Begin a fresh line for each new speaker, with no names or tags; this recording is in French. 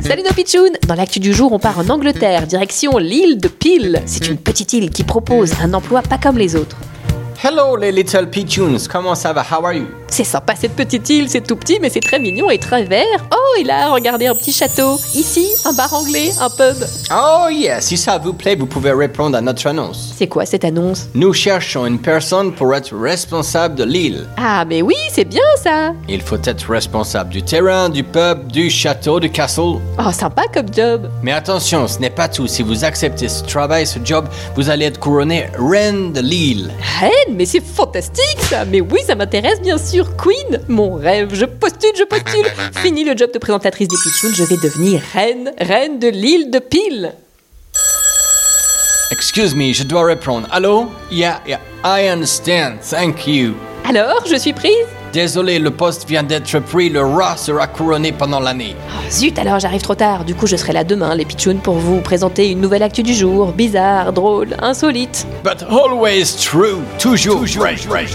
Salut nos pitchounes Dans l'actu du jour, on part en Angleterre, direction l'île de Peel. C'est une petite île qui propose un emploi pas comme les autres.
Hello les little pigeons, comment ça va? How are you?
C'est sympa cette petite île, c'est tout petit mais c'est très mignon et très vert. Oh et là, regardez un petit château. Ici, un bar anglais, un pub.
Oh yeah, si ça vous plaît, vous pouvez répondre à notre annonce.
C'est quoi cette annonce
Nous cherchons une personne pour être responsable de l'île.
Ah mais oui, c'est bien ça
Il faut être responsable du terrain, du pub, du château, du castle.
Oh sympa comme job
Mais attention, ce n'est pas tout. Si vous acceptez ce travail, ce job, vous allez être couronné reine de l'île.
Reine, mais c'est fantastique ça Mais oui, ça m'intéresse bien sûr Queen Mon rêve, je postule, je postule Fini le job de présentatrice des pitchounes, je vais devenir reine, reine de l'île de Peel
Excuse me, je dois répondre. Allô? Yeah, yeah, I understand. Thank you.
Alors, je suis prise
Désolé, le poste vient d'être pris. Le roi sera couronné pendant l'année.
Oh, Zut, alors j'arrive trop tard. Du coup, je serai là demain, les pitchounes, pour vous présenter une nouvelle actu du jour, bizarre, drôle, insolite.
But always true. Toujours. vrai.